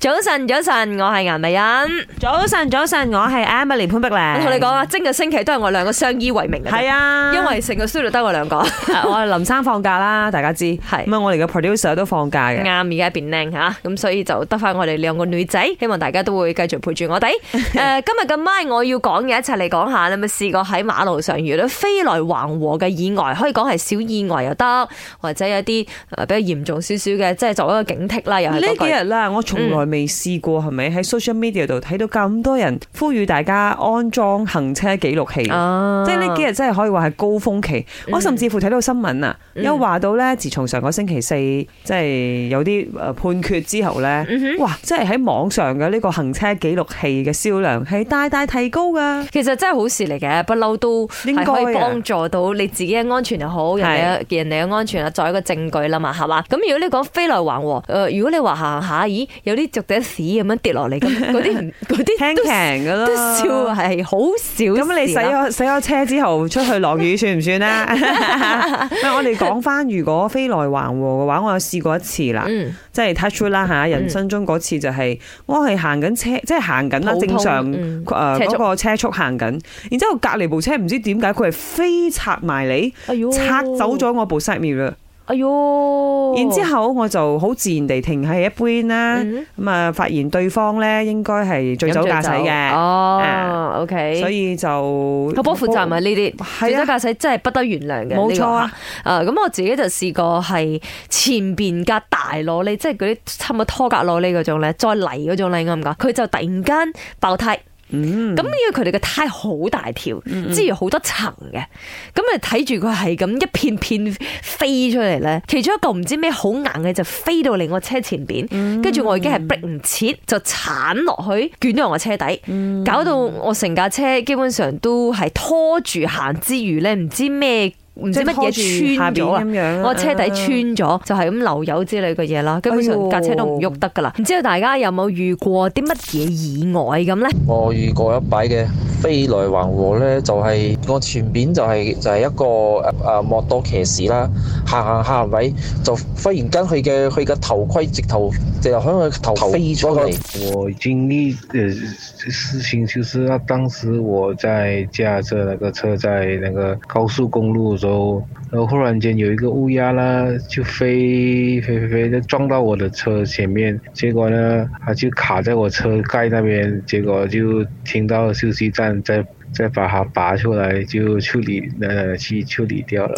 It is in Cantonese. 早晨，早晨，我係顏美欣。早晨，早晨，我係 Emily 潘碧我玲。同你講啊，整個星期都係我兩個相依為命嘅。係啊，因為成個 studio 得我兩個。啊我係林生放假 啦，大家知。係咁啊，我哋嘅 producer 都放假嘅。啱而家變靚吓，咁所以就得翻我哋兩個女仔，希望大家都會繼續陪住我 哋。誒、今日嘅咪我要講嘅一齊嚟講下，你有冇試過喺馬路上遇到飛來橫禍嘅意外？可以講係小意外又得，或者有一啲誒比較嚴重少少嘅，即係作為一個警惕啦。又係呢啊嗰句幾日啦，我從來未試過係咪喺 social media 度睇到咁多人呼籲大家安裝行車記錄器。啊即係呢幾日真係可以話係高峰期，嗯我甚至乎睇到新聞啊，嗯有話到呢，自從上個星期四即係有啲呃判決之後呢，哇！即係喺網上嘅呢個行車記錄器嘅銷量係大大提高㗎。其實真係好事嚟嘅，不嬲都應該係啊可以幫助到你自己嘅安全又好，人哋嘅人哋嘅安全啊，作為一個證據啦嘛，係嘛？咁如果你講飛來橫禍，誒、呃如果你話行行下，咦，有啲逐隻屎咁樣跌落嚟 咁，嗰啲唔嗰聽啲平都㗎啦，都笑係好啊少。啊咁你洗咗洗咗車之後出去落雨算唔算咧？ 喂我哋講翻，如果飛來橫禍嘅話，我有試過一次啦，嗯，嗯即係 touch wood 啦嚇。人生中嗰次就係、我係行緊車，即係行緊啦，普通正常誒嗯車速嗰個車速行緊，然之後隔離部車唔知點解佢係飛擦埋你，哎呦，擦嗯走，咗我部 side mirror，哎呦，然之後我就好自然地停喺一邊啦。嗯咁啊，發現對方咧應該係醉酒飲駕駛醉酒嘅，哦啊，OK，所以就好不負責任啊呢啲。係醉酒啊。駕駛真係不得原諒嘅，冇錯啊呢個嚇！誒咁我自己就試過係前邊架大羅呢，即係嗰啲差唔多拖格羅呢嗰種咧，再嚟嗰種咧，啱唔啱？佢就突然間爆胎，嗯，咁因為佢哋嘅胎好大條，之餘好多層嘅，咁你睇住佢係咁一片片飛出嚟咧，其中一個唔知咩好硬嘅就飛到嚟我車前邊，跟住我已經係 break 唔切，就鏟落去捲咗我車底，搞到我成架車基本上都係拖住行之餘咧，唔知咩唔知乜嘢穿咗啊！樣嗯我車底穿咗，就係咁漏油之類嘅嘢啦，基本上架車都唔喐得噶啦。唔知道大家有冇遇過啲乜嘢意外咁呢？我遇過一擺嘅飛來橫禍咧，就係、我前邊就係、就係、一個誒、啊摩托騎士啦，行行下位就忽然間佢嘅佢嘅頭盔直頭就喺佢頭飛出嚟。我经历的事情就是，啊当时我在驾着那个车在那个高速公路的时候，然后忽然间有一个乌鸦啦，就飞飞飞飞，就撞到我的车前面，结果呢，它就卡在我车盖那边，结果就停到休息站再再把它拔出来，就处理呃去处理掉了。